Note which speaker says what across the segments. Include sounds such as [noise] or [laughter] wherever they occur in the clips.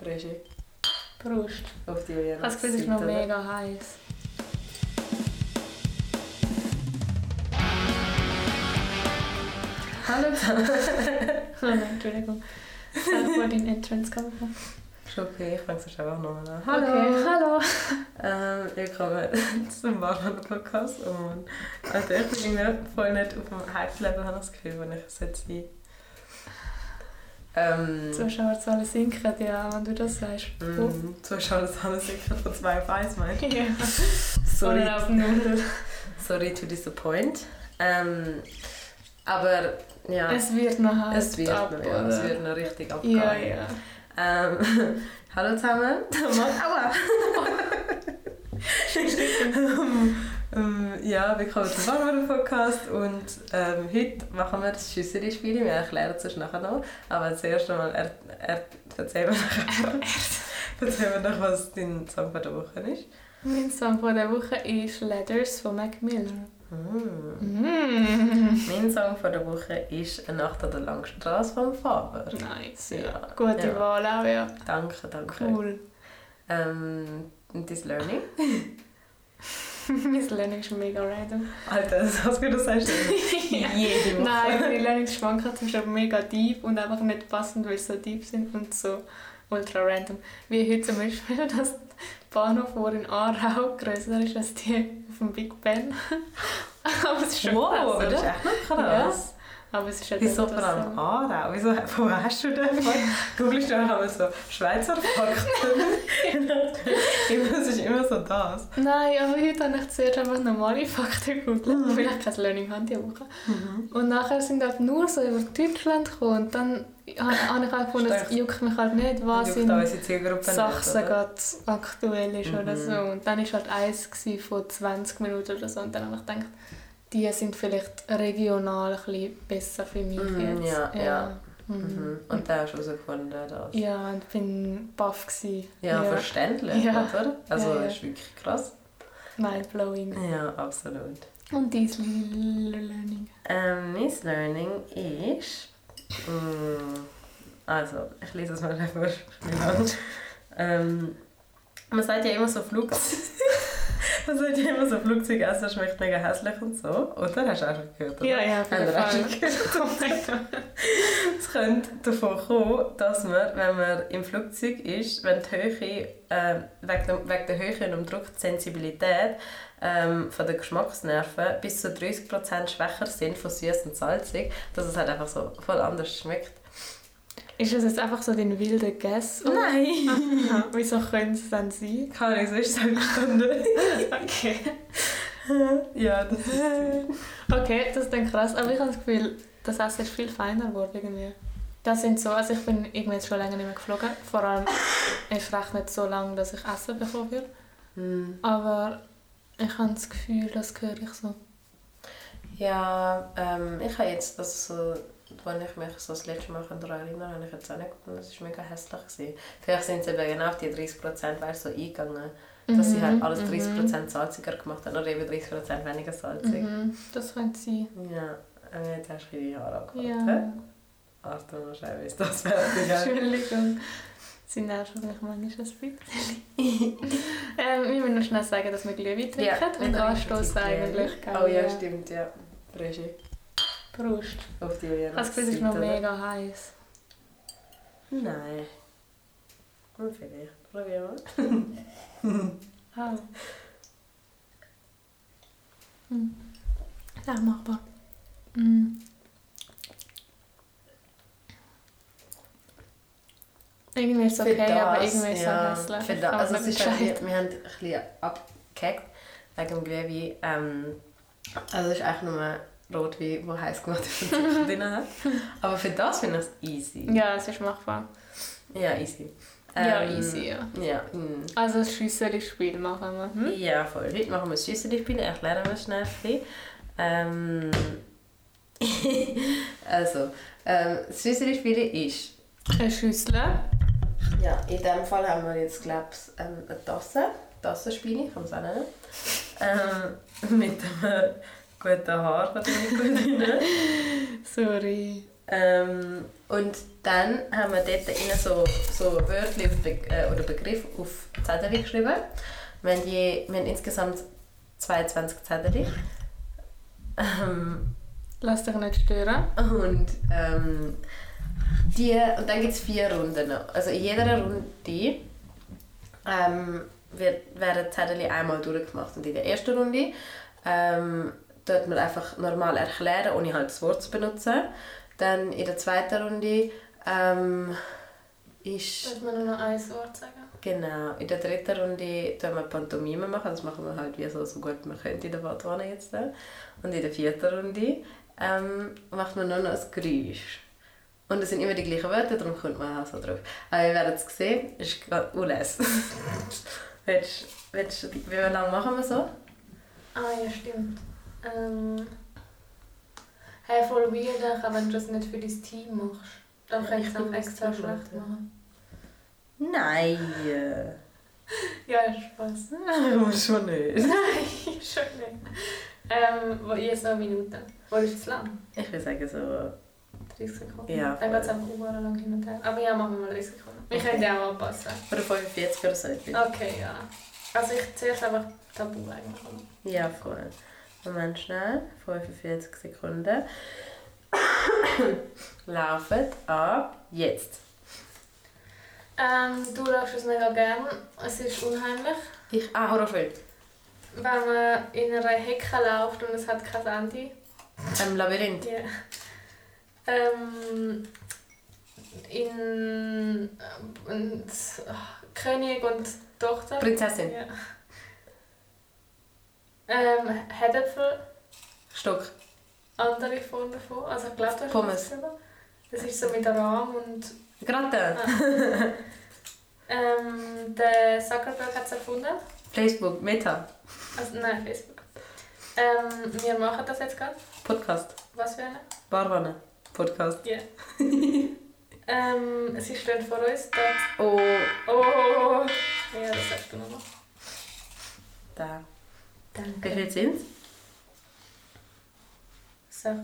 Speaker 1: Flasche
Speaker 2: Prost.
Speaker 1: auf die Weihnachtszeit.
Speaker 2: Ich habe das Gefühl, es ist noch
Speaker 1: oder?
Speaker 2: mega heiß.
Speaker 1: [laughs]
Speaker 2: Hallo zusammen. Oh nein, Entschuldigung. Ich habe wohl den Entrance gehabt.
Speaker 1: Ist okay, ich fange es einfach nochmal an. Hallo.
Speaker 2: Okay, hallo.
Speaker 1: Ähm, willkommen [laughs] zum Bauern-Podcast. Oh Mann. Also ich bin irgendwie voll nicht auf dem Hype-Level, habe ich das Gefühl, wenn ich es jetzt sein
Speaker 2: Die
Speaker 1: Ähm,
Speaker 2: Zuschauerzahlen sinken, ja, wenn du das sagst. Oh.
Speaker 1: mh, mm, Zuschauer, das haben sich von zwei auf eins, meinst
Speaker 2: [laughs] Ja.
Speaker 1: du? Sorry,
Speaker 2: Oder auf Null.
Speaker 1: sorry to disappoint. Ähm, aber ja, es,
Speaker 2: [laughs] Es wird noch heiß.
Speaker 1: wird
Speaker 2: ab,
Speaker 1: noch, ja, es
Speaker 2: oder?
Speaker 1: wird noch richtig abgehen.
Speaker 2: Ja, ja.
Speaker 1: Ähm, [laughs] hallo zusammen. [laughs] Aua! ähm, ja, willkommen zum Barbaden Podcast und ähm, heute machen wir das Schüsseli-Spiel. Wir erklären es euch nachher noch. Aber zuerst einmal er, er, erzähl mir nachher. [laughs] erzähl mir noch, was dein Song von der Woche ist.
Speaker 2: Mein Song von der Woche ist Letters von Mac Miller.
Speaker 1: Mm.
Speaker 2: Mm.
Speaker 1: Mein Song von der Woche ist «Eine Nacht an der Langstrasse» von Faber.
Speaker 2: [laughs] Nice.
Speaker 1: Ja.
Speaker 2: Gute
Speaker 1: Ja.
Speaker 2: Wahl auch, ja.
Speaker 1: Danke, danke.
Speaker 2: Cool. [laughs]
Speaker 1: Ähm, und dein Learning?
Speaker 2: mein Learning ist mega random.
Speaker 1: Alter, das hast du das sagst du
Speaker 2: Ja.
Speaker 1: jede Woche.
Speaker 2: [laughs] Nein, meine Learnings schwanken zwischen mega deep und einfach nicht passend, weil sie so deep sind und so ultra random. Wie heute zum Beispiel, [laughs] dass der Bahnhof, der in Aarau größer ist als die auf dem Big Ben. [laughs] Aber es ist schon
Speaker 1: Wow,
Speaker 2: krass,
Speaker 1: das ist
Speaker 2: oder?
Speaker 1: echt noch krass.
Speaker 2: Aber es ist halt ja
Speaker 1: Wieso
Speaker 2: doch
Speaker 1: vor allem Aarau? Wieso, wo hast du den von? Googlest du einfach mal so Schweizer
Speaker 2: [laughs]
Speaker 1: Fakten? [laughs] Immer- Es ist immer so das.
Speaker 2: Nein, aber heute habe ich zuerst einfach normale Fakten gegoogelt, weil ich kein Learning habe diese Woche. Und nachher sind halt nur so über Deutschland gekommen und dann habe habe ich auch gefunden, es
Speaker 1: Stark.
Speaker 2: juckt mich halt nicht, was
Speaker 1: Was juckt auch
Speaker 2: in
Speaker 1: unsere Zielgruppe
Speaker 2: Sachsen
Speaker 1: nicht, oder?
Speaker 2: gerade aktuell ist oder
Speaker 1: Mhm.
Speaker 2: so. Und dann war halt eins gewesen von 20 Minuten oder so und dann habe ich gedacht, die sind vielleicht regional ein bisschen besser für mich
Speaker 1: Mhm,
Speaker 2: jetzt.
Speaker 1: ja, ja.
Speaker 2: Mhm.
Speaker 1: Mhm. Und da hast du herausgefunden, das. Ja,
Speaker 2: Ja, und bin baff gewesen.
Speaker 1: verständlich,
Speaker 2: Ja.
Speaker 1: oder? Also,
Speaker 2: Ja, ja.
Speaker 1: ist wirklich krass.
Speaker 2: Mindblowing.
Speaker 1: Ja, absolut.
Speaker 2: Und dieses Learning.
Speaker 1: Ähm, mein Learning ist. Mm, also, ich lese es mal einfach schnell ähm, Man sagt ja immer so Flugzeug. [laughs] man sagt ja immer so Flugzeugessen schmeckt mega hässlich und so. Oder? Hast du auch schon gehört? Oder?
Speaker 2: Ja, ja, auf jeden
Speaker 1: Haben wir auch
Speaker 2: Fall.
Speaker 1: schon [laughs] Es könnte davon kommen, dass man, wenn man im Flugzeug ist, wenn die Höhe, äh, wegen, dem, wegen der höheren umdrückten Sensibilität ähm, von den Geschmacksnerven bis zu 30% schwächer sind von süß und salzig, dass es halt einfach so voll anders schmeckt.
Speaker 2: Ist das jetzt einfach so den wilden Guess? oder?
Speaker 1: Nein!
Speaker 2: Aha, [laughs] Wieso können es dann sein?
Speaker 1: Keine Ahnung, so ist es halt [laughs] gestanden.
Speaker 2: Okay.
Speaker 1: ja, das ist
Speaker 2: Okay, das ist dann krass. Aber ich habe das Gefühl, das Essen ist viel feiner geworden irgendwie. Das sind so, also ich bin irgendwie jetzt schon länger nicht mehr geflogen. Vor allem, es reicht nicht so lange, dass ich Essen bekommen will.
Speaker 1: Hm.
Speaker 2: Aber ich habe das Gefühl, das höre ich so.
Speaker 1: Ja, ähm, ich habe jetzt, also so, wenn ich mich so das letzte Mal daran erinnere, habe ich jetzt auch nicht gefunden, es war mega hässlich. Gewesen. Vielleicht sind sie eben genau auf die 30% weißt, so eingegangen, dass sie
Speaker 2: Mhm.
Speaker 1: halt alles 30% salziger gemacht haben oder eben 30% weniger salzig.
Speaker 2: Mhm, das könnte sein.
Speaker 1: Ja, und jetzt hast du deine Haare abgeholt. hä?
Speaker 2: Mhm. Ja,
Speaker 1: Arthur, noch schnell, wie ist das [laughs] fertig ist.
Speaker 2: [laughs] Entschuldigung. Sie nerven mich manchmal ein bisschen. Ähm, wir müssen noch schnell sagen, dass wir Glühwein trinken und anstoßen eigentlich. gell?
Speaker 1: Oh ja, stimmt, ja. Regie
Speaker 2: Prost.
Speaker 1: auf die
Speaker 2: Das Gefühl es ist noch mega heiß.
Speaker 1: Nein. Hm, Vielleicht. Probieren wir. Ah.
Speaker 2: Oh. Hm. Ja, machbar. Hm. Irgendwie ist es okay, aber irgendwie ist es
Speaker 1: ja,
Speaker 2: auch hässlich.
Speaker 1: Für
Speaker 2: Ich
Speaker 1: das,
Speaker 2: kann
Speaker 1: also
Speaker 2: nicht
Speaker 1: es ist halt,
Speaker 2: entscheiden.
Speaker 1: wir, wir haben ein bisschen abgehackt wegen dem Glühwein. Ähm, also es ist eigentlich nur Rotwein, der heiß gemacht ist und Zucker drin
Speaker 2: [laughs]
Speaker 1: hat. Aber für das finde ich es easy.
Speaker 2: Ja, es ist machbar.
Speaker 1: Ja, easy.
Speaker 2: ja,
Speaker 1: Ähm,
Speaker 2: easy, ja.
Speaker 1: Ja, mm.
Speaker 2: Also das Schüsseli-Spiel machen wir. Hm?
Speaker 1: ja voll. Heute machen wir das Schüsseldipfel, erklären wir es schnell ein bisschen. Ähm, [laughs] also, ähm, das Schüsseldipfel ist...
Speaker 2: Eine Schüssel.
Speaker 1: Ja, in dem Fall haben wir jetzt, glaube ich, ähm, eine Tasse. Tassenspiele, kann man es auch nennen. Ähm, [laughs] mit einem guten Haar, das ich gut drin.
Speaker 2: Sorry.
Speaker 1: ähm, Und dann haben wir dort innen so, so Wörter auf Be äh, oder Begriffe auf Zettel geschrieben. Wir haben, je, wir haben insgesamt 22 Zettel. Ähm,
Speaker 2: Lass dich nicht stören.
Speaker 1: und, ähm, die, und dann gibt es vier Runden. noch. Also in jeder Runde ähm, wird, werden die Zettel einmal durchgemacht. Und in der ersten Runde ähm, dort man einfach normal erklären, ohne halt das Wort zu benutzen. Dann in der zweiten Runde ähm, ist...
Speaker 2: man nur noch ein Wort sagen?
Speaker 1: Genau, in der dritten Runde tun wir Pantomime machen, das machen wir halt wie so, so gut man könnte in der Badwanne jetzt. da. Und in der vierten Runde ähm, macht man nur noch ein Geräusch. Und es sind immer die gleichen Wörter, darum kommt man auch so drauf. Aber ihr werdet es sehen, es ist ganz ules. [laughs] willst, willst, du- wie lange machen wir so?
Speaker 3: Ah ja, stimmt. Ähm, hey, voll weird, auch wenn du das nicht für dein Team machst. Dann
Speaker 1: Ja,
Speaker 3: kannst
Speaker 1: ich
Speaker 3: du es
Speaker 1: bin
Speaker 3: extra
Speaker 1: extra
Speaker 3: schlecht
Speaker 1: schlecht, ja.
Speaker 3: machen.
Speaker 1: [laughs] Nein,
Speaker 3: Ja, ist Spaß. [laughs]
Speaker 1: muss schon nicht.
Speaker 3: Nein, schon nicht. Ähm, wo- jetzt noch eine Minute. Wo ist es lang?
Speaker 1: Ich würde sagen so,
Speaker 3: 30 Sekunden.
Speaker 1: Ja,
Speaker 3: Dann geht es
Speaker 1: voll.
Speaker 3: einfach überall lang hin und her. Aber ja, machen wir mal 30 Sekunden. Wir
Speaker 1: Okay.
Speaker 3: können ja auch anpassen.
Speaker 1: oder 45 oder so etwas.
Speaker 3: Okay, ja. Also ich zuerst einfach Tabu eigentlich. oder?
Speaker 1: Ja, voll. Moment schnell, 45 Sekunden. [coughs] Laufet ab jetzt.
Speaker 3: Ähm, du schaust es mega gern. Es ist unheimlich.
Speaker 1: Ich, ah, Horrorfilm.
Speaker 3: Wenn man in einer Hecke läuft und es hat kein Ende.
Speaker 1: Ein Labyrinth.
Speaker 3: Ja. Ähm, in äh, und, ah, König und Tochter.
Speaker 1: Prinzessin.
Speaker 3: ja. Ähm, Hedäpfel,
Speaker 1: Stock.
Speaker 3: andere Form davon. Also ich glaube, das ist
Speaker 1: Pommes.
Speaker 3: Das ist so mit Rahm und.
Speaker 1: Gratte.
Speaker 3: Ah. ähm, der Zuckerberg hat es erfunden.
Speaker 1: Facebook. Meta.
Speaker 3: Also, nein, Facebook. Ähm, wir machen das jetzt gerade.
Speaker 1: Podcast.
Speaker 3: Was für eine?
Speaker 1: Barwanne. Podcast.
Speaker 3: Ja. ähm, sie steht vor uns. Da
Speaker 1: [laughs] Oh,
Speaker 3: Oh, ja, das hast du noch.
Speaker 1: da. Wie
Speaker 3: Danke.
Speaker 1: viel sind's?
Speaker 3: Sechs.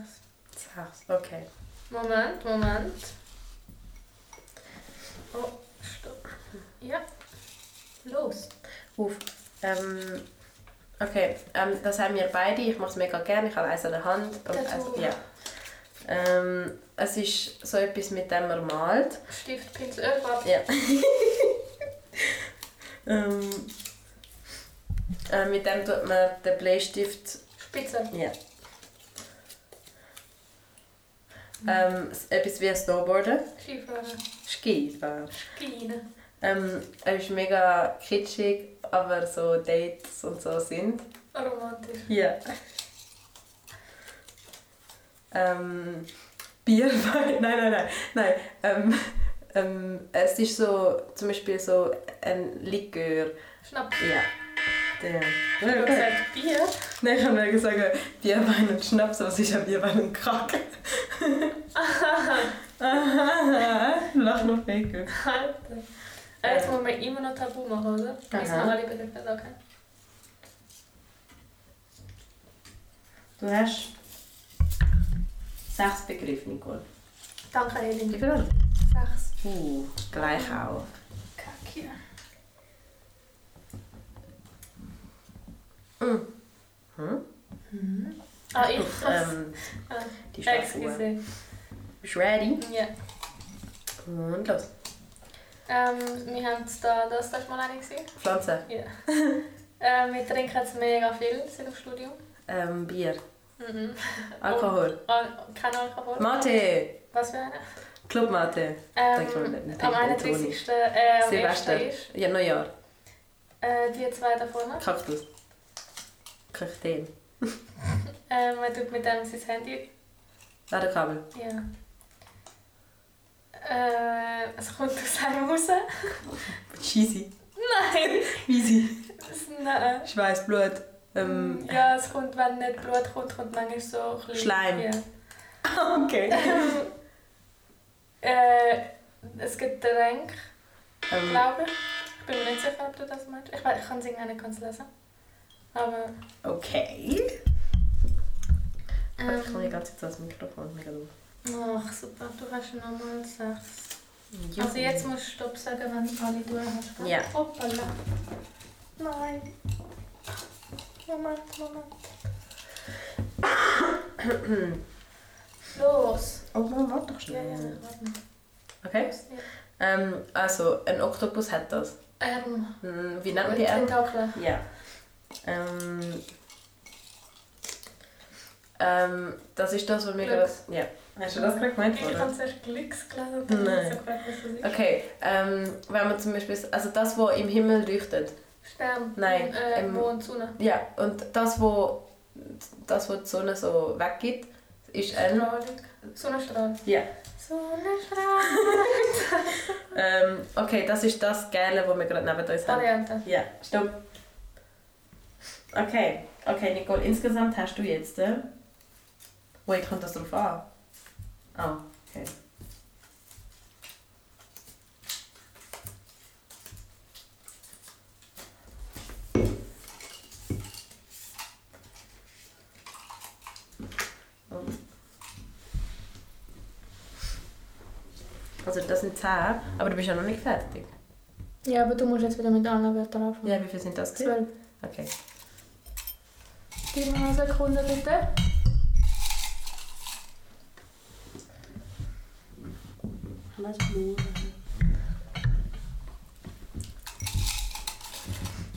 Speaker 1: Sechs. Okay.
Speaker 3: Moment, Moment. Oh, stopp. Ja. Los.
Speaker 1: Auf. Ähm, okay, ähm, das haben wir beide. Ich mache es mega gerne. Ich habe eins an der Hand. Und eins,
Speaker 3: Tattoo.
Speaker 1: ja. ähm, es ist so etwas, mit dem man malt.
Speaker 3: Stift, Pinsel, äh, warte.
Speaker 1: Ja. ähm, äh, mit dem tut man den Bleistift
Speaker 3: Spitze.
Speaker 1: ja.
Speaker 3: Hm.
Speaker 1: ähm, s- etwas wie Snowboarden.
Speaker 3: Skifahren.
Speaker 1: Skifahren.
Speaker 3: Skien.
Speaker 1: Ähm, er ist mega kitschig, aber so Dates und so sind.
Speaker 3: Romantisch.
Speaker 1: Ja. Ähm, Bier, [laughs] nein, nein, nein, nein. Ähm, ähm, es ist so, zum Beispiel so ein Likör.
Speaker 3: Schnapp.
Speaker 1: Ja. Der.
Speaker 3: Du hast gesagt Bier.
Speaker 1: Nein, ich habe mir gesagt, Bierwein und Schnaps, aber es ist ja Bierwein und Krack. [laughs] Lach noch Fake.
Speaker 3: Alter. Äh, jetzt muss man immer noch Tabu machen, oder?
Speaker 1: Aha.
Speaker 3: Ist noch alle Begriffe da, okay?
Speaker 1: Du hast sechs Begriffe, Nicole.
Speaker 3: Danke, Helene.
Speaker 1: viel?
Speaker 3: Sechs.
Speaker 1: Uh, gleich auch.
Speaker 3: Kacke. Ah,
Speaker 1: Hm?
Speaker 3: Mhm. Ah, ich.
Speaker 1: ähm,
Speaker 3: Ah,
Speaker 1: die Statue.
Speaker 3: Excuse.
Speaker 1: Bist du ready?
Speaker 3: Ja.
Speaker 1: Und los.
Speaker 3: Ähm, wir haben da, das war mal eine gesehen.
Speaker 1: Pflanze.
Speaker 3: Ja. ähm, wir trinken jetzt mega viel seit dem Studium.
Speaker 1: Ähm, Bier.
Speaker 3: Mhm.
Speaker 1: [laughs] Alkohol.
Speaker 3: Al kein Alkohol.
Speaker 1: Mate.
Speaker 3: Was für eine?
Speaker 1: Clubmate. Danke,
Speaker 3: Ähm,
Speaker 1: Leute.
Speaker 3: am 31. Äh, am
Speaker 1: Silvester.
Speaker 3: 1. ist
Speaker 1: Ja, Neujahr.
Speaker 3: äh, die zwei da vorne.
Speaker 1: Kaktus. Kakteen.
Speaker 3: Ähm, man tut mit dem sein Handy.
Speaker 1: Ladekabel.
Speaker 3: Ja. Äh, es kommt aus einem raus.
Speaker 1: Cheesy.
Speaker 3: Nein!
Speaker 1: Easy.
Speaker 3: Das, nein.
Speaker 1: Schweiß, Blut. Ähm,
Speaker 3: ja, es kommt, wenn nicht Blut kommt, kommt manchmal so ein bisschen-
Speaker 1: Schleim.
Speaker 3: Ja.
Speaker 1: [laughs]
Speaker 3: [laughs]
Speaker 1: Okay.
Speaker 3: Äh, es gibt Getränk,
Speaker 1: Ähm,
Speaker 3: glaube ich. Ich bin mir nicht sicher, ob du das meinst. Ich, weiß- ich kann es irgendwie nicht ganz lesen. Aber.
Speaker 1: okay. Ich kann die
Speaker 3: Ähm,
Speaker 1: ganze Zeit so das Mikrofon mega doof.
Speaker 3: ähm, Ach, super, du hast nochmal sechs. Also jetzt musst du Stopp sagen, wenn du alle durch hast. gell?
Speaker 1: Ja.
Speaker 3: Hoppala. Nein. Moment, Moment. Los.
Speaker 1: Oh, man, warte doch
Speaker 3: Ja, ja, warte.
Speaker 1: Okay.
Speaker 3: Ja.
Speaker 1: Ähm, also, ein Oktopus hat das.
Speaker 3: Ähm,
Speaker 1: Hm, Wie nennt man die App?
Speaker 3: Tentakel.
Speaker 1: Ja. Ähm, ähm, das ist das, was wir gerade...
Speaker 3: Glücks.
Speaker 1: Ja. Hast du das gerade gemeint?
Speaker 3: Ich
Speaker 1: oder?
Speaker 3: habe zuerst Glücks gelesen. dann
Speaker 1: Nein.
Speaker 3: weiss ich grad, was das ist.
Speaker 1: Okay, ähm, wenn man zum Beispiel... Also das, was im Himmel leuchtet.
Speaker 3: Stern.
Speaker 1: Nein,
Speaker 3: Äh,
Speaker 1: ähm,
Speaker 3: Mond, Sonne.
Speaker 1: Ja, und das, wo das, wo die Sonne so weggeht, ist ein...
Speaker 3: Strahlung. Sonnenstrahl.
Speaker 1: Ja. [laughs]
Speaker 3: Sonnenstrahl.
Speaker 1: Ähm, okay, das ist das Gelbe, wo wir gerade neben uns haben.
Speaker 3: Variante.
Speaker 1: Ja, stopp. Okay, okay, Nicole, insgesamt hast du jetzt. Äh? Wait, kommt das drauf an? Ah, okay. Oh. Also das sind 10, aber du bist ja noch nicht fertig.
Speaker 3: Ja, aber du musst jetzt wieder mit allen Wörtern anfangen.
Speaker 1: Ja, wie viel sind das? gewesen?
Speaker 3: Zwölf.
Speaker 1: Okay.
Speaker 3: Gib mir eine Sekunde bitte.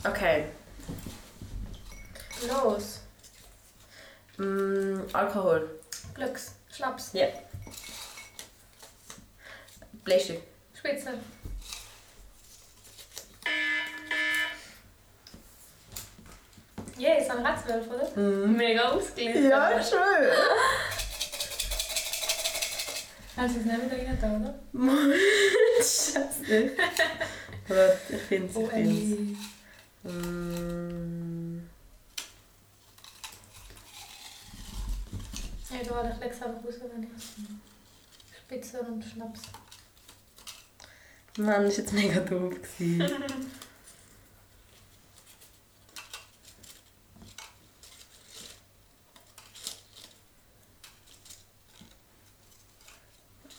Speaker 1: Okay.
Speaker 3: Los.
Speaker 1: Mm, Alkohol.
Speaker 3: Glücks. Schnaps.
Speaker 1: Bleistift.
Speaker 3: Spitze. Yeah, es sind auch zwölf, oder?
Speaker 1: Mhm.
Speaker 3: Mega ausgeglichen.
Speaker 1: schön.
Speaker 3: Also es ist nicht wieder rein da, oder?
Speaker 1: [laughs] Scheiße. Oh, Warte, ich find's,
Speaker 3: Oh,
Speaker 1: ich find's.
Speaker 3: Ui.
Speaker 1: Mm,
Speaker 3: Ja, egal, ich leg's einfach raus, wenn ich... Spitze und Schnaps.
Speaker 1: Mann, das war jetzt mega doof. gewesen. [laughs]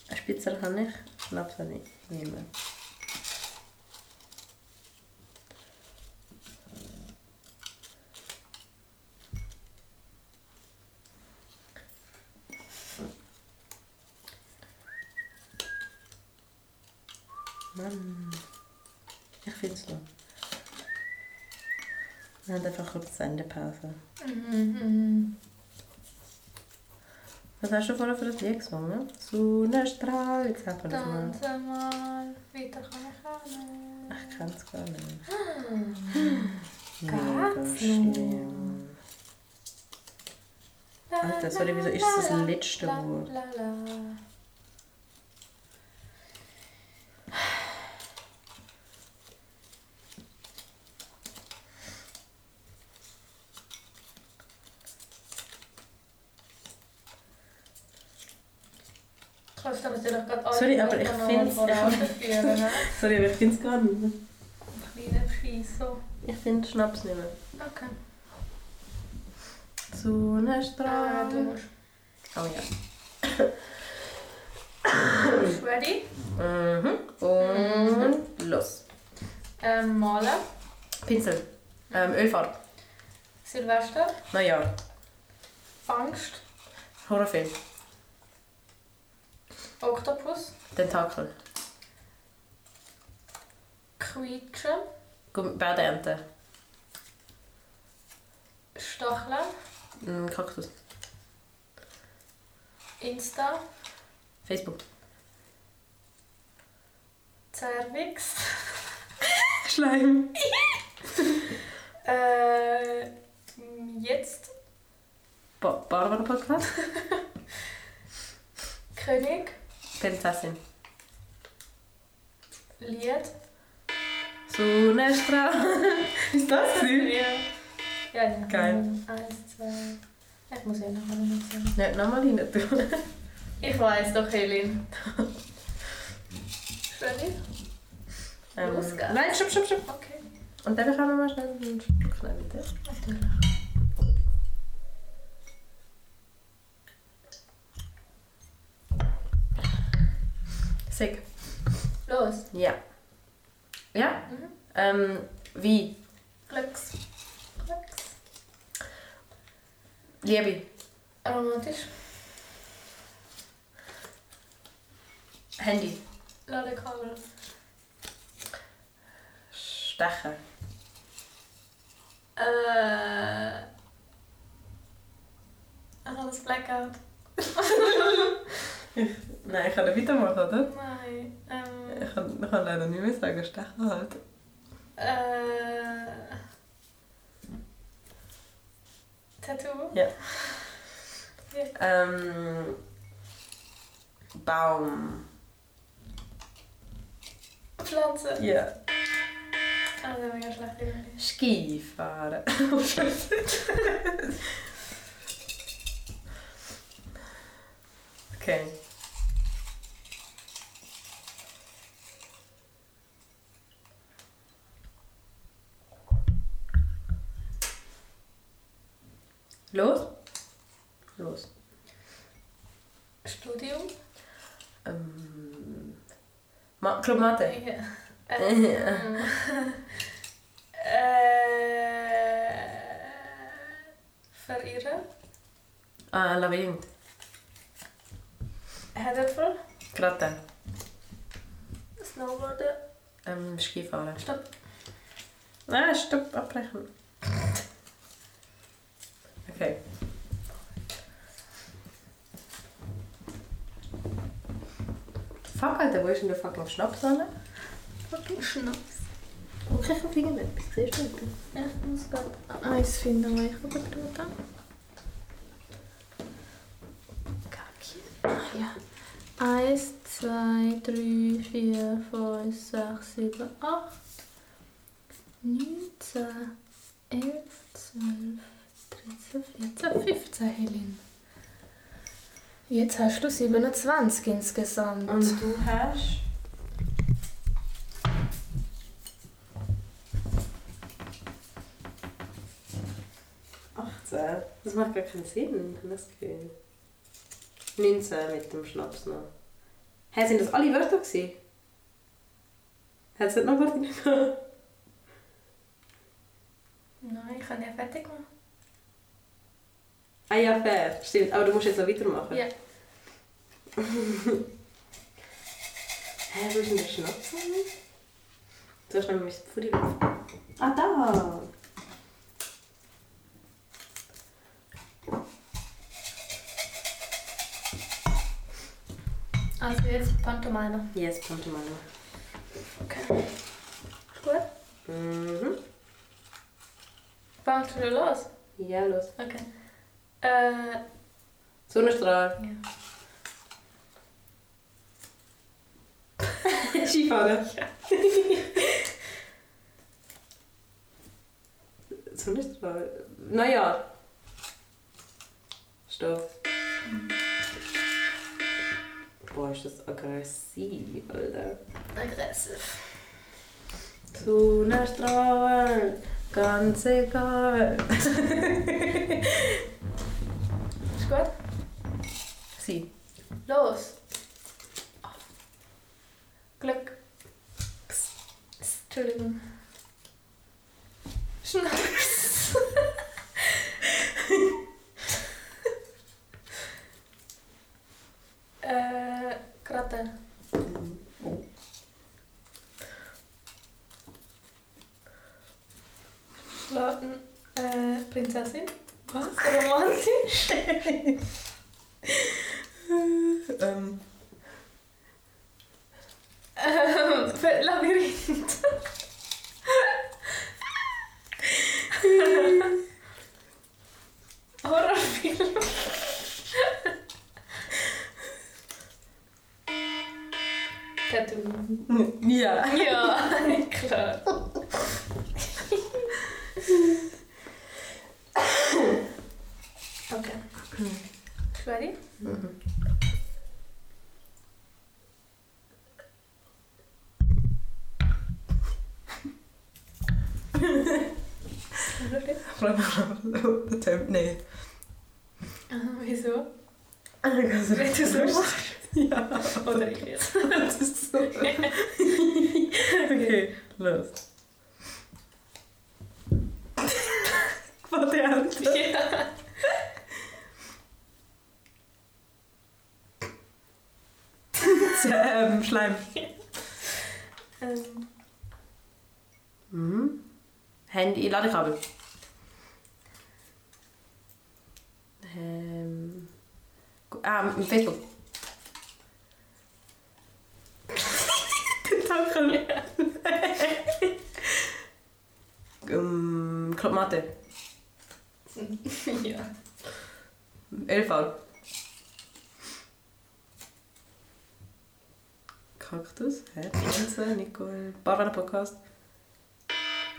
Speaker 1: Eine Spitzer kann ich, Schnaps kann ich nicht mehr. Mann. Ich find's noch. Wir haben einfach kurz Sendepause.
Speaker 3: Mhm,
Speaker 1: Was hast du vorher für ein Lied gesungen? ne? Sonnenstrahl, jetzt haben wir
Speaker 3: mhm.
Speaker 1: das mal.
Speaker 3: Tanze mal, weiter kann ich auch nicht.
Speaker 1: Ich kann's gar nicht.
Speaker 3: Ganz
Speaker 1: schlimm. Alter, sorry, wieso ist das das letzte
Speaker 3: La,
Speaker 1: Wort?
Speaker 3: la, la. Kannst du damit doch gerade alle
Speaker 1: Sorry, aber ich
Speaker 3: Wörter
Speaker 1: find's-
Speaker 3: noch vorausführen, ne?
Speaker 1: Sorry, aber ich find's gar nicht. ne?
Speaker 3: Kleine Schießer.
Speaker 1: Ich find Schnaps nicht mehr.
Speaker 3: Okay. Ah, du
Speaker 1: Sonnenstrahl.
Speaker 3: musst. Ah.
Speaker 1: Oh ja.
Speaker 3: Ready?
Speaker 1: Mhm. Und los.
Speaker 3: Ähm, malen.
Speaker 1: Pinsel. Ähm, Ölfarbe.
Speaker 3: Silvester.
Speaker 1: Neujahr.
Speaker 3: Angst.
Speaker 1: Horrorfilm.
Speaker 3: Oktopus.
Speaker 1: Tentakel.
Speaker 3: Quietschen.
Speaker 1: Gumm- Badeente.
Speaker 3: Stacheln.
Speaker 1: Mm, Kaktus.
Speaker 3: Insta.
Speaker 1: Facebook.
Speaker 3: Cervix.
Speaker 1: Schleim.
Speaker 3: [laughs] Äh, jetzt
Speaker 1: Ba Barbara Podcast.
Speaker 3: König.
Speaker 1: Prinzessin.
Speaker 3: Lied.
Speaker 1: Sonnenstrahl. Ist das süß?
Speaker 3: Ja. Ja, ja.
Speaker 1: Geil.
Speaker 3: Eins, zwei. Ja, Ich muss ja noch mal sehen.
Speaker 1: Nicht nochmal rein tun.
Speaker 3: Ich weiß doch, Helene. Ready?
Speaker 1: Ähm,
Speaker 3: Los geht's.
Speaker 1: Nein, stopp, stopp, stopp.
Speaker 3: Okay.
Speaker 1: Und dann haben wir mal schnell einen Schluck nehmen, bitte.
Speaker 3: Natürlich.
Speaker 1: witzig.
Speaker 3: Los.
Speaker 1: Ja. Ja?
Speaker 3: Mhm.
Speaker 1: Ähm, wie?
Speaker 3: Glücks. Glücks.
Speaker 1: Liebe.
Speaker 3: Romantisch.
Speaker 1: Handy.
Speaker 3: Ladekabel.
Speaker 1: Stechen.
Speaker 3: Äh. Ach, das Blackout.
Speaker 1: Nein, ich kann nicht weitermachen, oder?
Speaker 3: Nein. Ähm.
Speaker 1: Ich kann, ich kann leider nicht mehr sagen, Stechen halt.
Speaker 3: Äh. Tattoo.
Speaker 1: Ähm, Baum.
Speaker 3: Pflanze.
Speaker 1: Ja.
Speaker 3: Ah, das ist mega schlecht. irgendwie.
Speaker 1: Skifahren. okay. Los? Los.
Speaker 3: Studium.
Speaker 1: Ähm, Ma Club Mate.
Speaker 3: Ja. Ähm, [laughs] äh, verirren.
Speaker 1: Ah, Labyrinth.
Speaker 3: Heddervoll.
Speaker 1: Kratten.
Speaker 3: Snowboarden.
Speaker 1: Ähm, Skifahren.
Speaker 3: Stopp.
Speaker 1: Nein, stopp, abbrechen. Okay. Fuck, Alter, wo ist denn der fucking Schnaps dran?
Speaker 2: Schnaps.
Speaker 1: Und ich habe irgendetwas, siehst du nicht?
Speaker 3: Ich muss gerade.
Speaker 2: Eins finden, weil Ah, ich überdrückt habe. ah, Ja. Eins, zwei, drei, vier, fünf, sechs, sieben, acht, neun, zehn, elf, zwölf, dreizehn, vierzehn, fünfzehn, Helen. Jetzt hast du 27 insgesamt.
Speaker 1: Und du hast... ...18. Das macht gar keinen Sinn, ich habe das Gefühl. 19 mit dem Schnaps noch. Hä, sind das alle Wörter gewesen? Hat es nicht noch Wörter gegeben?
Speaker 3: Nein, ich kann ja fertig machen.
Speaker 1: Ah ja, fair. Stimmt, aber du musst jetzt noch weitermachen.
Speaker 3: Ja.
Speaker 1: Hä, wo ist denn der Schnaps? noch? Du hast nämlich das Pfudi Ah, da!
Speaker 2: Also jetzt Pantomime.
Speaker 1: Yes, Pantomime.
Speaker 3: Okay. Gut.
Speaker 1: Mhm.
Speaker 3: Fangst du los?
Speaker 1: Ja, los.
Speaker 3: Okay. Äh,
Speaker 1: Sonnenstrahl. [laughs] Skifahren. Sonnenstrahl. Naja. Stopp. Boah, ist das aggressiv, Alter.
Speaker 3: aggressiv.
Speaker 1: Sonnenstrahl, ganz egal.
Speaker 3: Ist gut?
Speaker 1: [laughs] Sie.
Speaker 3: Los. Glück. Psst. Entschuldigung. Schnaps. [laughs] äh, Kratte. Schlafen. Äh, Prinzessin. Was? Romantisch.
Speaker 1: Ähm,
Speaker 3: Ähm, für Labyrinth. Horrorfilm. Tattoo.
Speaker 1: ja.
Speaker 3: Ja, klar. okay.
Speaker 1: Hm.
Speaker 3: Bist du ready? Ready?
Speaker 1: Nein.
Speaker 3: Ah, Wieso?
Speaker 1: Also,
Speaker 3: Wenn du so machst.
Speaker 1: Ja.
Speaker 3: Oder ich jetzt.
Speaker 1: das ist so. okay, los. Variante.
Speaker 3: ja.
Speaker 1: Ähm, Schleim.
Speaker 3: Ähm,
Speaker 1: Mhm. Handy, Ladekabel. Ähm. gu- Ah, m- Facebook. Tentakel. [laughs] ähm, Club Mathe.
Speaker 3: ja.
Speaker 1: LV. Kaktus, Hä? Pflanze, Nicole. Barbara Podcast.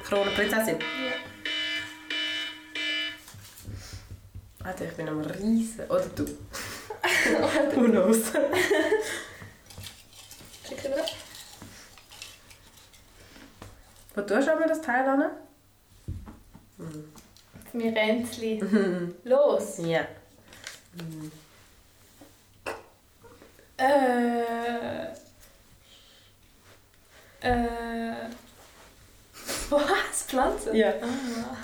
Speaker 1: Krone Prinzessin.
Speaker 3: ja.
Speaker 1: Alter, ich bin am Riesen. Oder du. [laughs]
Speaker 3: Oder-
Speaker 1: Who knows?
Speaker 3: Schick rüber.
Speaker 1: Wo tust du aber das Teil an? Hm.
Speaker 3: Mir Ränzli. Los.
Speaker 1: Ja. Hm.
Speaker 2: Äh. Äh. Was? Pflanze?
Speaker 1: Ja.
Speaker 2: Ah.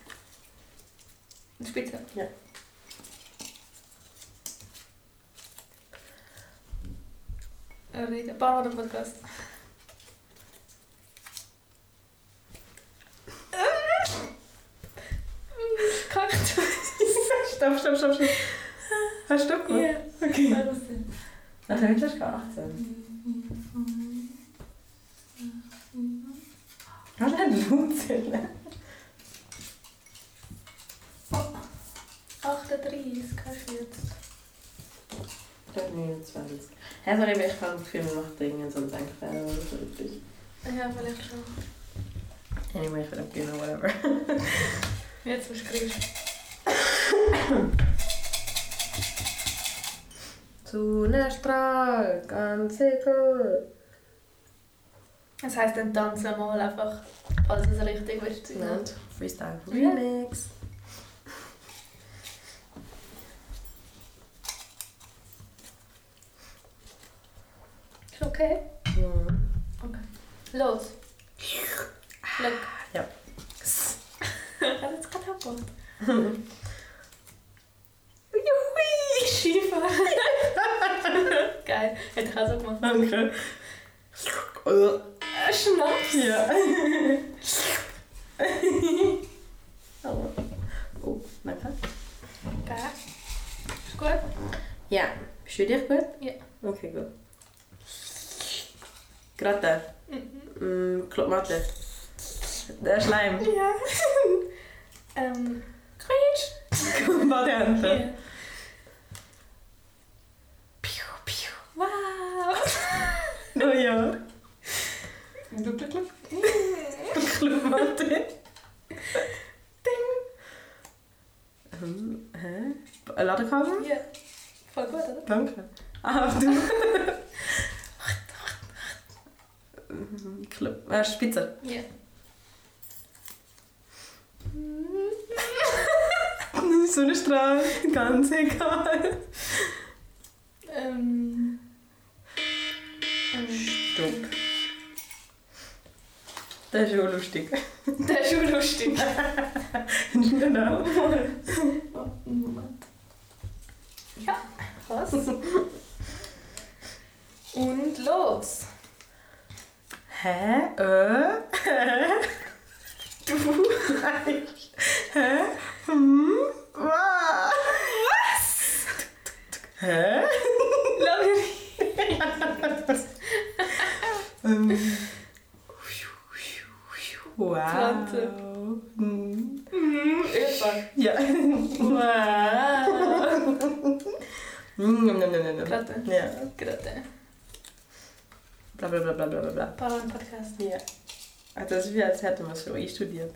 Speaker 2: [laughs]
Speaker 3: Spitze.
Speaker 2: Rede. Barbara Podcast. Äh. Kaktus.
Speaker 1: [laughs] stopp, stopp, stopp, stopp. Hast du gut?
Speaker 2: Ja.
Speaker 1: Okay.
Speaker 3: War das denn?
Speaker 1: Also, jetzt hast du gar 18. Hast du einen Lundzelle?
Speaker 3: 38 kannst du jetzt.
Speaker 1: 29. Hä, sorry, aber ich kann viel mehr machen, Dinge, so Denkfehler oder so etwas.
Speaker 3: Ja, vielleicht schon.
Speaker 1: Anyway, ich will gehen, [laughs] whatever.
Speaker 3: Jetzt musst du kriegen.
Speaker 1: Sonnenstrahl, ganz egal.
Speaker 3: Das heisst, dann tanzen mal einfach, falls es richtig wird.
Speaker 1: Nennt Freestyle
Speaker 3: Ja.
Speaker 1: Remix.
Speaker 3: Ist okay?
Speaker 1: Ja.
Speaker 3: Los. Glück.
Speaker 1: Ja.
Speaker 3: Ich habe jetzt
Speaker 1: [laughs]
Speaker 3: gerade abgeholt.
Speaker 1: Juhui!
Speaker 3: Skifahren. Geil. Hätte ich auch so gemacht.
Speaker 1: Danke.
Speaker 3: Äh, Schnaps.
Speaker 1: Ja. oh. oh, danke.
Speaker 3: Geil. Ist gut.
Speaker 1: Ja, bist du dich gut?
Speaker 3: Ja.
Speaker 1: Okay, gut. Gratte. Mhm. Mm, Klopmatte. Der [laughs] Schleim.
Speaker 3: Ja. [laughs] ähm. Quietsch.
Speaker 1: Variante.
Speaker 3: Ja. Piu, piu.
Speaker 1: [laughs]
Speaker 3: Wow.
Speaker 1: Oh ja.
Speaker 3: Glück, glück, glück. Hm.
Speaker 1: Klopmatte. Ding. Hm, hä? Ladekabel?
Speaker 3: Ja. Voll gut, oder?
Speaker 1: Danke. Ah, du. Mhm, Club. Äh, Spitze.
Speaker 3: Ja.
Speaker 1: Sonnenstrahl, ganz egal.
Speaker 3: ähm. ähm,
Speaker 1: Stopp. Das ist schon lustig.
Speaker 3: Das ist schon lustig.
Speaker 1: genau.
Speaker 3: Moment. Ja, was? Und los!
Speaker 1: Hä? Äh? Hä? [laughs] Du? [laughs] Nein. Hä? Hm? Wa- Was? Hä?
Speaker 3: Labyrinth!
Speaker 1: Ähm. Wow.
Speaker 2: Pflanze.
Speaker 1: Hm.
Speaker 3: Mhm, Öfer.
Speaker 1: Ja.
Speaker 3: Wow!
Speaker 1: Hm, nom, nom, nom, nom.
Speaker 3: Platte.
Speaker 1: Ja.
Speaker 3: Gerade.
Speaker 1: Bla bla bla bla bla bla bla.
Speaker 3: Bauern Podcast.
Speaker 1: Ja. Also es ist wie als hätte man es schon eh studiert.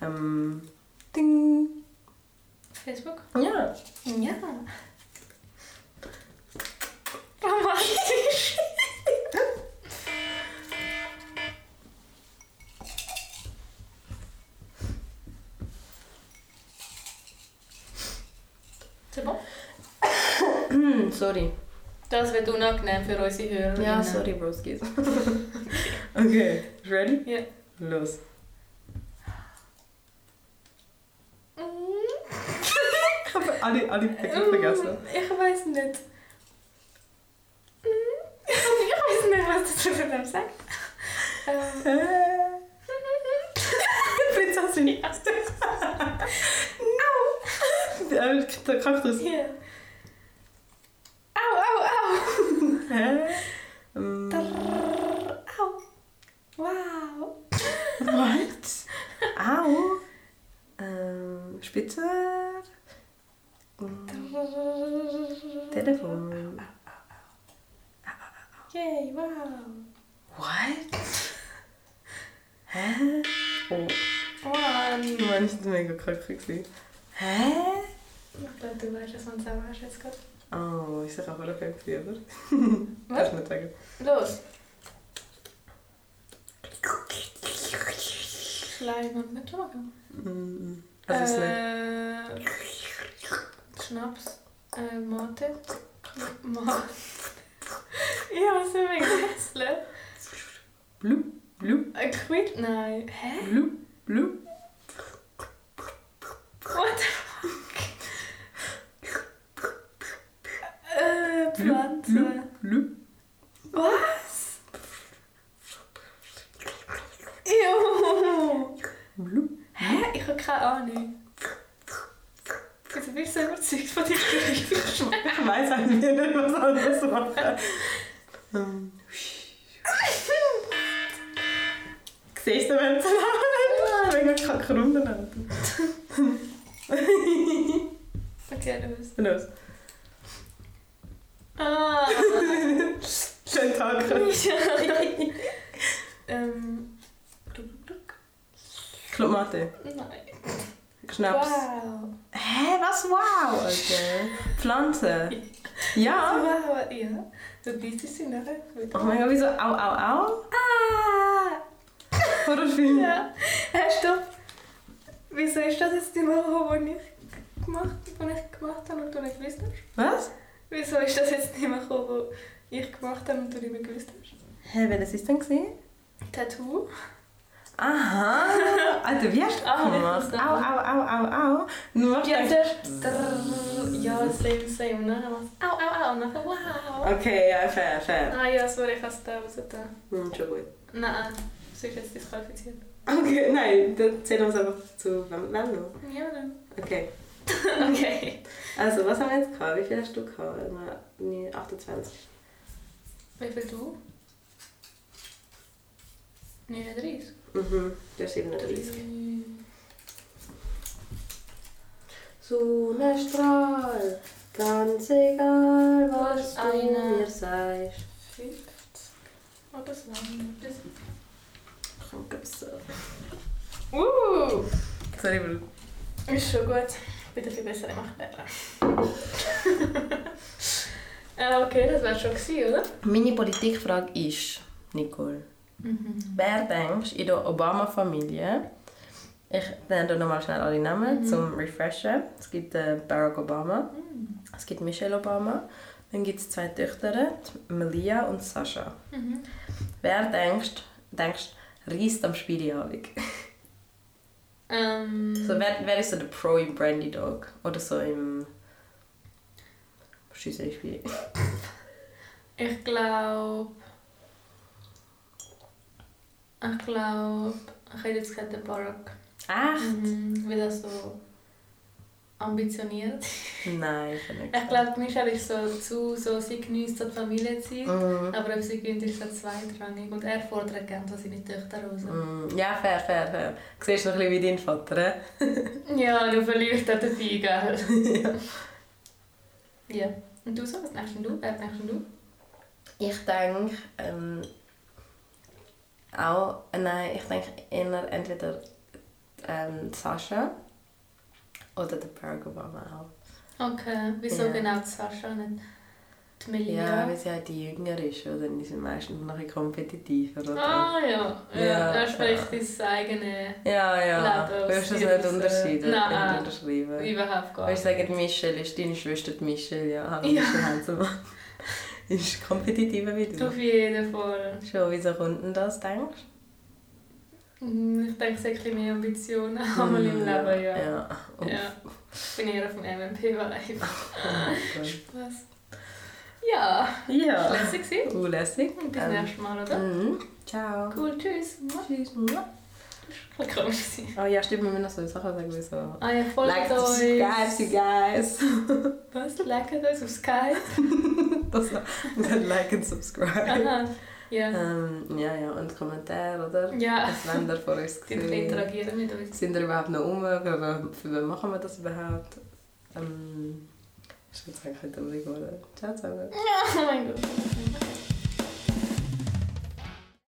Speaker 1: Ähm. Ding.
Speaker 3: Facebook?
Speaker 1: Ja.
Speaker 3: Ja. Oh Romantisch! C'est bon?
Speaker 1: sorry.
Speaker 3: Das wird unangenehm für unsere Hörer.
Speaker 1: Ja, sorry, Broskis. okay, ready?
Speaker 3: Ja.
Speaker 1: Los.
Speaker 3: Mhm.
Speaker 1: Ich habe alle, alle Begriffe vergessen.
Speaker 3: Ich weiß nicht. Mhm. Ich weiß nicht, was das für ein sagt. Ähm,
Speaker 1: Prinzessin.
Speaker 3: ja.
Speaker 1: Äh, Der Kaktus.
Speaker 3: Hier. Au, au, au.
Speaker 1: Hä? Ähm,
Speaker 3: Drrrr, au. Wow.
Speaker 1: What? Au. Ähm, Spitzer. Ähm,
Speaker 3: Drrrr.
Speaker 1: Telefon.
Speaker 3: Yay, wow.
Speaker 1: What? Hä? Oh,
Speaker 3: One.
Speaker 1: Mann, ich bin mega krank gewesen. Hä?
Speaker 3: Ich glaube, du weißt, was man sagen hast jetzt gerade.
Speaker 1: Oh, ich sag auch voll kein Fieber.
Speaker 3: [laughs] Was?
Speaker 1: Darf nicht sagen.
Speaker 3: Los. Schleim und mit Sorgen.
Speaker 1: Mm, Also ist nicht.
Speaker 3: Äh, Schnaps. Äh, Mate. Mate. [laughs] ja, was ist denn Gässle?
Speaker 1: Blub, blub,
Speaker 3: Ein Äh, Quid? Nein. Hä?
Speaker 1: blub, blub.
Speaker 3: What the fuck? Äh, Pflanze.
Speaker 1: Blub.
Speaker 3: Was? Ew.
Speaker 1: Blub.
Speaker 3: Hä? Ich habe keine Ahnung. Wieso bist du so überzeugt von dir?
Speaker 1: Ich weiß
Speaker 3: [laughs]
Speaker 1: eigentlich nicht, was anderes machen. Ähm, Siehst du, wenn es Mega krank runter
Speaker 3: Okay, los. [laughs]
Speaker 1: Los.
Speaker 3: Ah.
Speaker 1: Schönen
Speaker 3: [laughs]
Speaker 1: Tag.
Speaker 3: ähm. Gluck, gluck.
Speaker 1: Clubmate.
Speaker 3: Nein.
Speaker 1: Schnaps.
Speaker 3: Wow.
Speaker 1: Hä, was? Wow, Alter. Pflanze. Ja.
Speaker 3: Wow, ja. Du bist sie nachher
Speaker 1: Oh
Speaker 3: wieder.
Speaker 1: mein Gott, wieso? Au, au, au?
Speaker 3: Ah!
Speaker 1: Oder viel?
Speaker 3: Ja. Hey, stopp. Wieso ist das jetzt die Mache, die ich gemacht, die ich gemacht habe und du nicht gewusst hast?
Speaker 1: Was?
Speaker 3: Wieso ist das jetzt die Mache, die ich gemacht habe und du nicht mehr gewusst hast?
Speaker 1: Hä, welches ist denn gesehen?
Speaker 3: Tattoo?
Speaker 1: Aha. Alter, wie hast du das
Speaker 3: Ah,
Speaker 1: gemacht?
Speaker 3: das
Speaker 1: Au,
Speaker 3: ist-
Speaker 1: au, au, au, au. Nun mach
Speaker 3: Ja,
Speaker 1: ich
Speaker 3: das Ja, same, same. Und nachher machst du au, au, au. Und nachher wow.
Speaker 1: Okay, ja, fair, fair.
Speaker 3: Ah ja, sorry, ich habe es da rausgetan.
Speaker 1: Hm, schon gut.
Speaker 3: Nein, das ist jetzt disqualifiziert.
Speaker 1: Okay, nein, dann zählen wir uns einfach zu wenn wenn noch.
Speaker 3: Ja, [laughs] dann.
Speaker 1: Okay,
Speaker 3: Okay.
Speaker 1: also was haben wir jetzt gehabt? Wie viel hast du gehabt? Immer- Nee, 28.
Speaker 3: Wie viel du? 39.
Speaker 1: Mhm, du hast 37. Sonnenstrahl, ganz egal, was du
Speaker 3: Eine.
Speaker 1: mir sagst.
Speaker 3: 50. Oh, das war ein bisschen.
Speaker 1: Komm, gib's so.
Speaker 3: Uh,
Speaker 1: Sorry, Bro.
Speaker 3: ist schon gut. Bitte viel besser gemacht werden. [laughs] äh, okay, das war schon gewesen, oder?
Speaker 1: Meine Politikfrage ist, Nicole,
Speaker 3: Mhm.
Speaker 1: wer denkst in der Obama-Familie, ich nenne nochmal schnell alle Namen
Speaker 3: Mhm.
Speaker 1: zum Refreshen. Es gibt äh, Barack Obama,
Speaker 3: Mm.
Speaker 1: es gibt Michelle Obama, dann gibt es zwei Töchter, die Melia und Sascha.
Speaker 3: Mhm.
Speaker 1: Wer denkst, denkst reist am Spieleabend?
Speaker 3: Ähm,
Speaker 1: So, wer, wer ist so der Pro im Brandy Dog? Oder so im... Schüsse Spiel.
Speaker 3: ich glaube. Ich glaube, ich hätte jetzt gerade den Barack.
Speaker 1: Ach,
Speaker 3: Mhm, Weil er so ambitioniert. [laughs]
Speaker 1: nein, ich hab nicht
Speaker 3: Ich glaube, Michelle ist so zu, so, sie genießt so die Familie zu sein.
Speaker 1: Mhm.
Speaker 3: Aber ob sie gewinnt, ist so zweitrangig. Und er fordert gerne so seine Töchter raus.
Speaker 1: Mm, Ja, fair, fair, fair. Du siehst noch ein bisschen wie dein Vater, eh? hä?
Speaker 3: Ja, du verlierst auch dabei, gell? ja. Und du so, was denkst denn du? Wer denkst denn du?
Speaker 1: Ich denke, ähm, auch, äh, nein, ich denke eher entweder ähm, Sascha oder der Barack Obama auch.
Speaker 3: Okay, wieso
Speaker 1: Ja.
Speaker 3: genau Sascha nicht? Die
Speaker 1: Ja,
Speaker 3: Melina.
Speaker 1: weil sie halt die jünger ist, oder? Dann ist sie meistens noch ein bisschen kompetitiver, oder?
Speaker 3: ah ja. ja.
Speaker 1: genau? Ja,
Speaker 3: er spricht
Speaker 1: ja.
Speaker 3: sein eigenes.
Speaker 1: Ja, ja.
Speaker 3: Leider,
Speaker 1: Willst du es
Speaker 3: sie
Speaker 1: nicht
Speaker 3: wissen.
Speaker 1: unterscheiden?
Speaker 3: äh, Nein.
Speaker 1: Nicht unterschreiben.
Speaker 3: Überhaupt gar
Speaker 1: Willst
Speaker 3: nicht.
Speaker 1: du sagen, Michelle ist deine Schwester, die Michelle, ja. Hallo,
Speaker 3: Ja.
Speaker 1: Michelle Hanselmann. [laughs] ist kompetitiver wie du.
Speaker 3: Auf jeden Fall.
Speaker 1: Schon, wieso kommt denn das, denkst
Speaker 3: Hm, Ich denke, sie hat ein bisschen mehr Ambitionen [laughs]
Speaker 1: du?
Speaker 3: einmal im
Speaker 1: Mm,
Speaker 3: Leben, Hm, ja.
Speaker 1: Ja.
Speaker 3: Oh.
Speaker 1: Uff.
Speaker 3: Ja. Ich bin eher auf dem MMP-Vibe.
Speaker 1: Oh mein
Speaker 3: Was? Ja,
Speaker 1: Gott. Ja.
Speaker 3: das war es.
Speaker 1: Unlässig.
Speaker 3: Bis
Speaker 1: Ähm,
Speaker 3: nächstes Mal, oder?
Speaker 1: Mhm. Ciao.
Speaker 3: Cool, tschüss. Mhm. Mua.
Speaker 1: Tschüss.
Speaker 3: Ein bisschen komisch gewesen.
Speaker 1: Oh ja, stimmt, wir müssen noch so Sachen sagen, wie so.
Speaker 3: Ah ja, folgt
Speaker 1: Like,
Speaker 3: uns.
Speaker 1: subscribe, you
Speaker 3: [laughs]
Speaker 1: guys.
Speaker 3: Was? Liked uns auf Skype?
Speaker 1: Das war Like and subscribe.
Speaker 3: Aha. Ja.
Speaker 1: ähm, ja, ja, und Kommentare, oder?
Speaker 3: Ja.
Speaker 1: Was wollen ihr von uns
Speaker 3: Die
Speaker 1: sehen?
Speaker 3: interagieren
Speaker 1: [laughs]
Speaker 3: mit uns.
Speaker 1: Sind ihr überhaupt noch um? Für wen, für wen machen wir das überhaupt? Ähm, ich würde sagen, ich könnte ruhig geworden. Ciao zusammen.
Speaker 3: Oh mein Gott.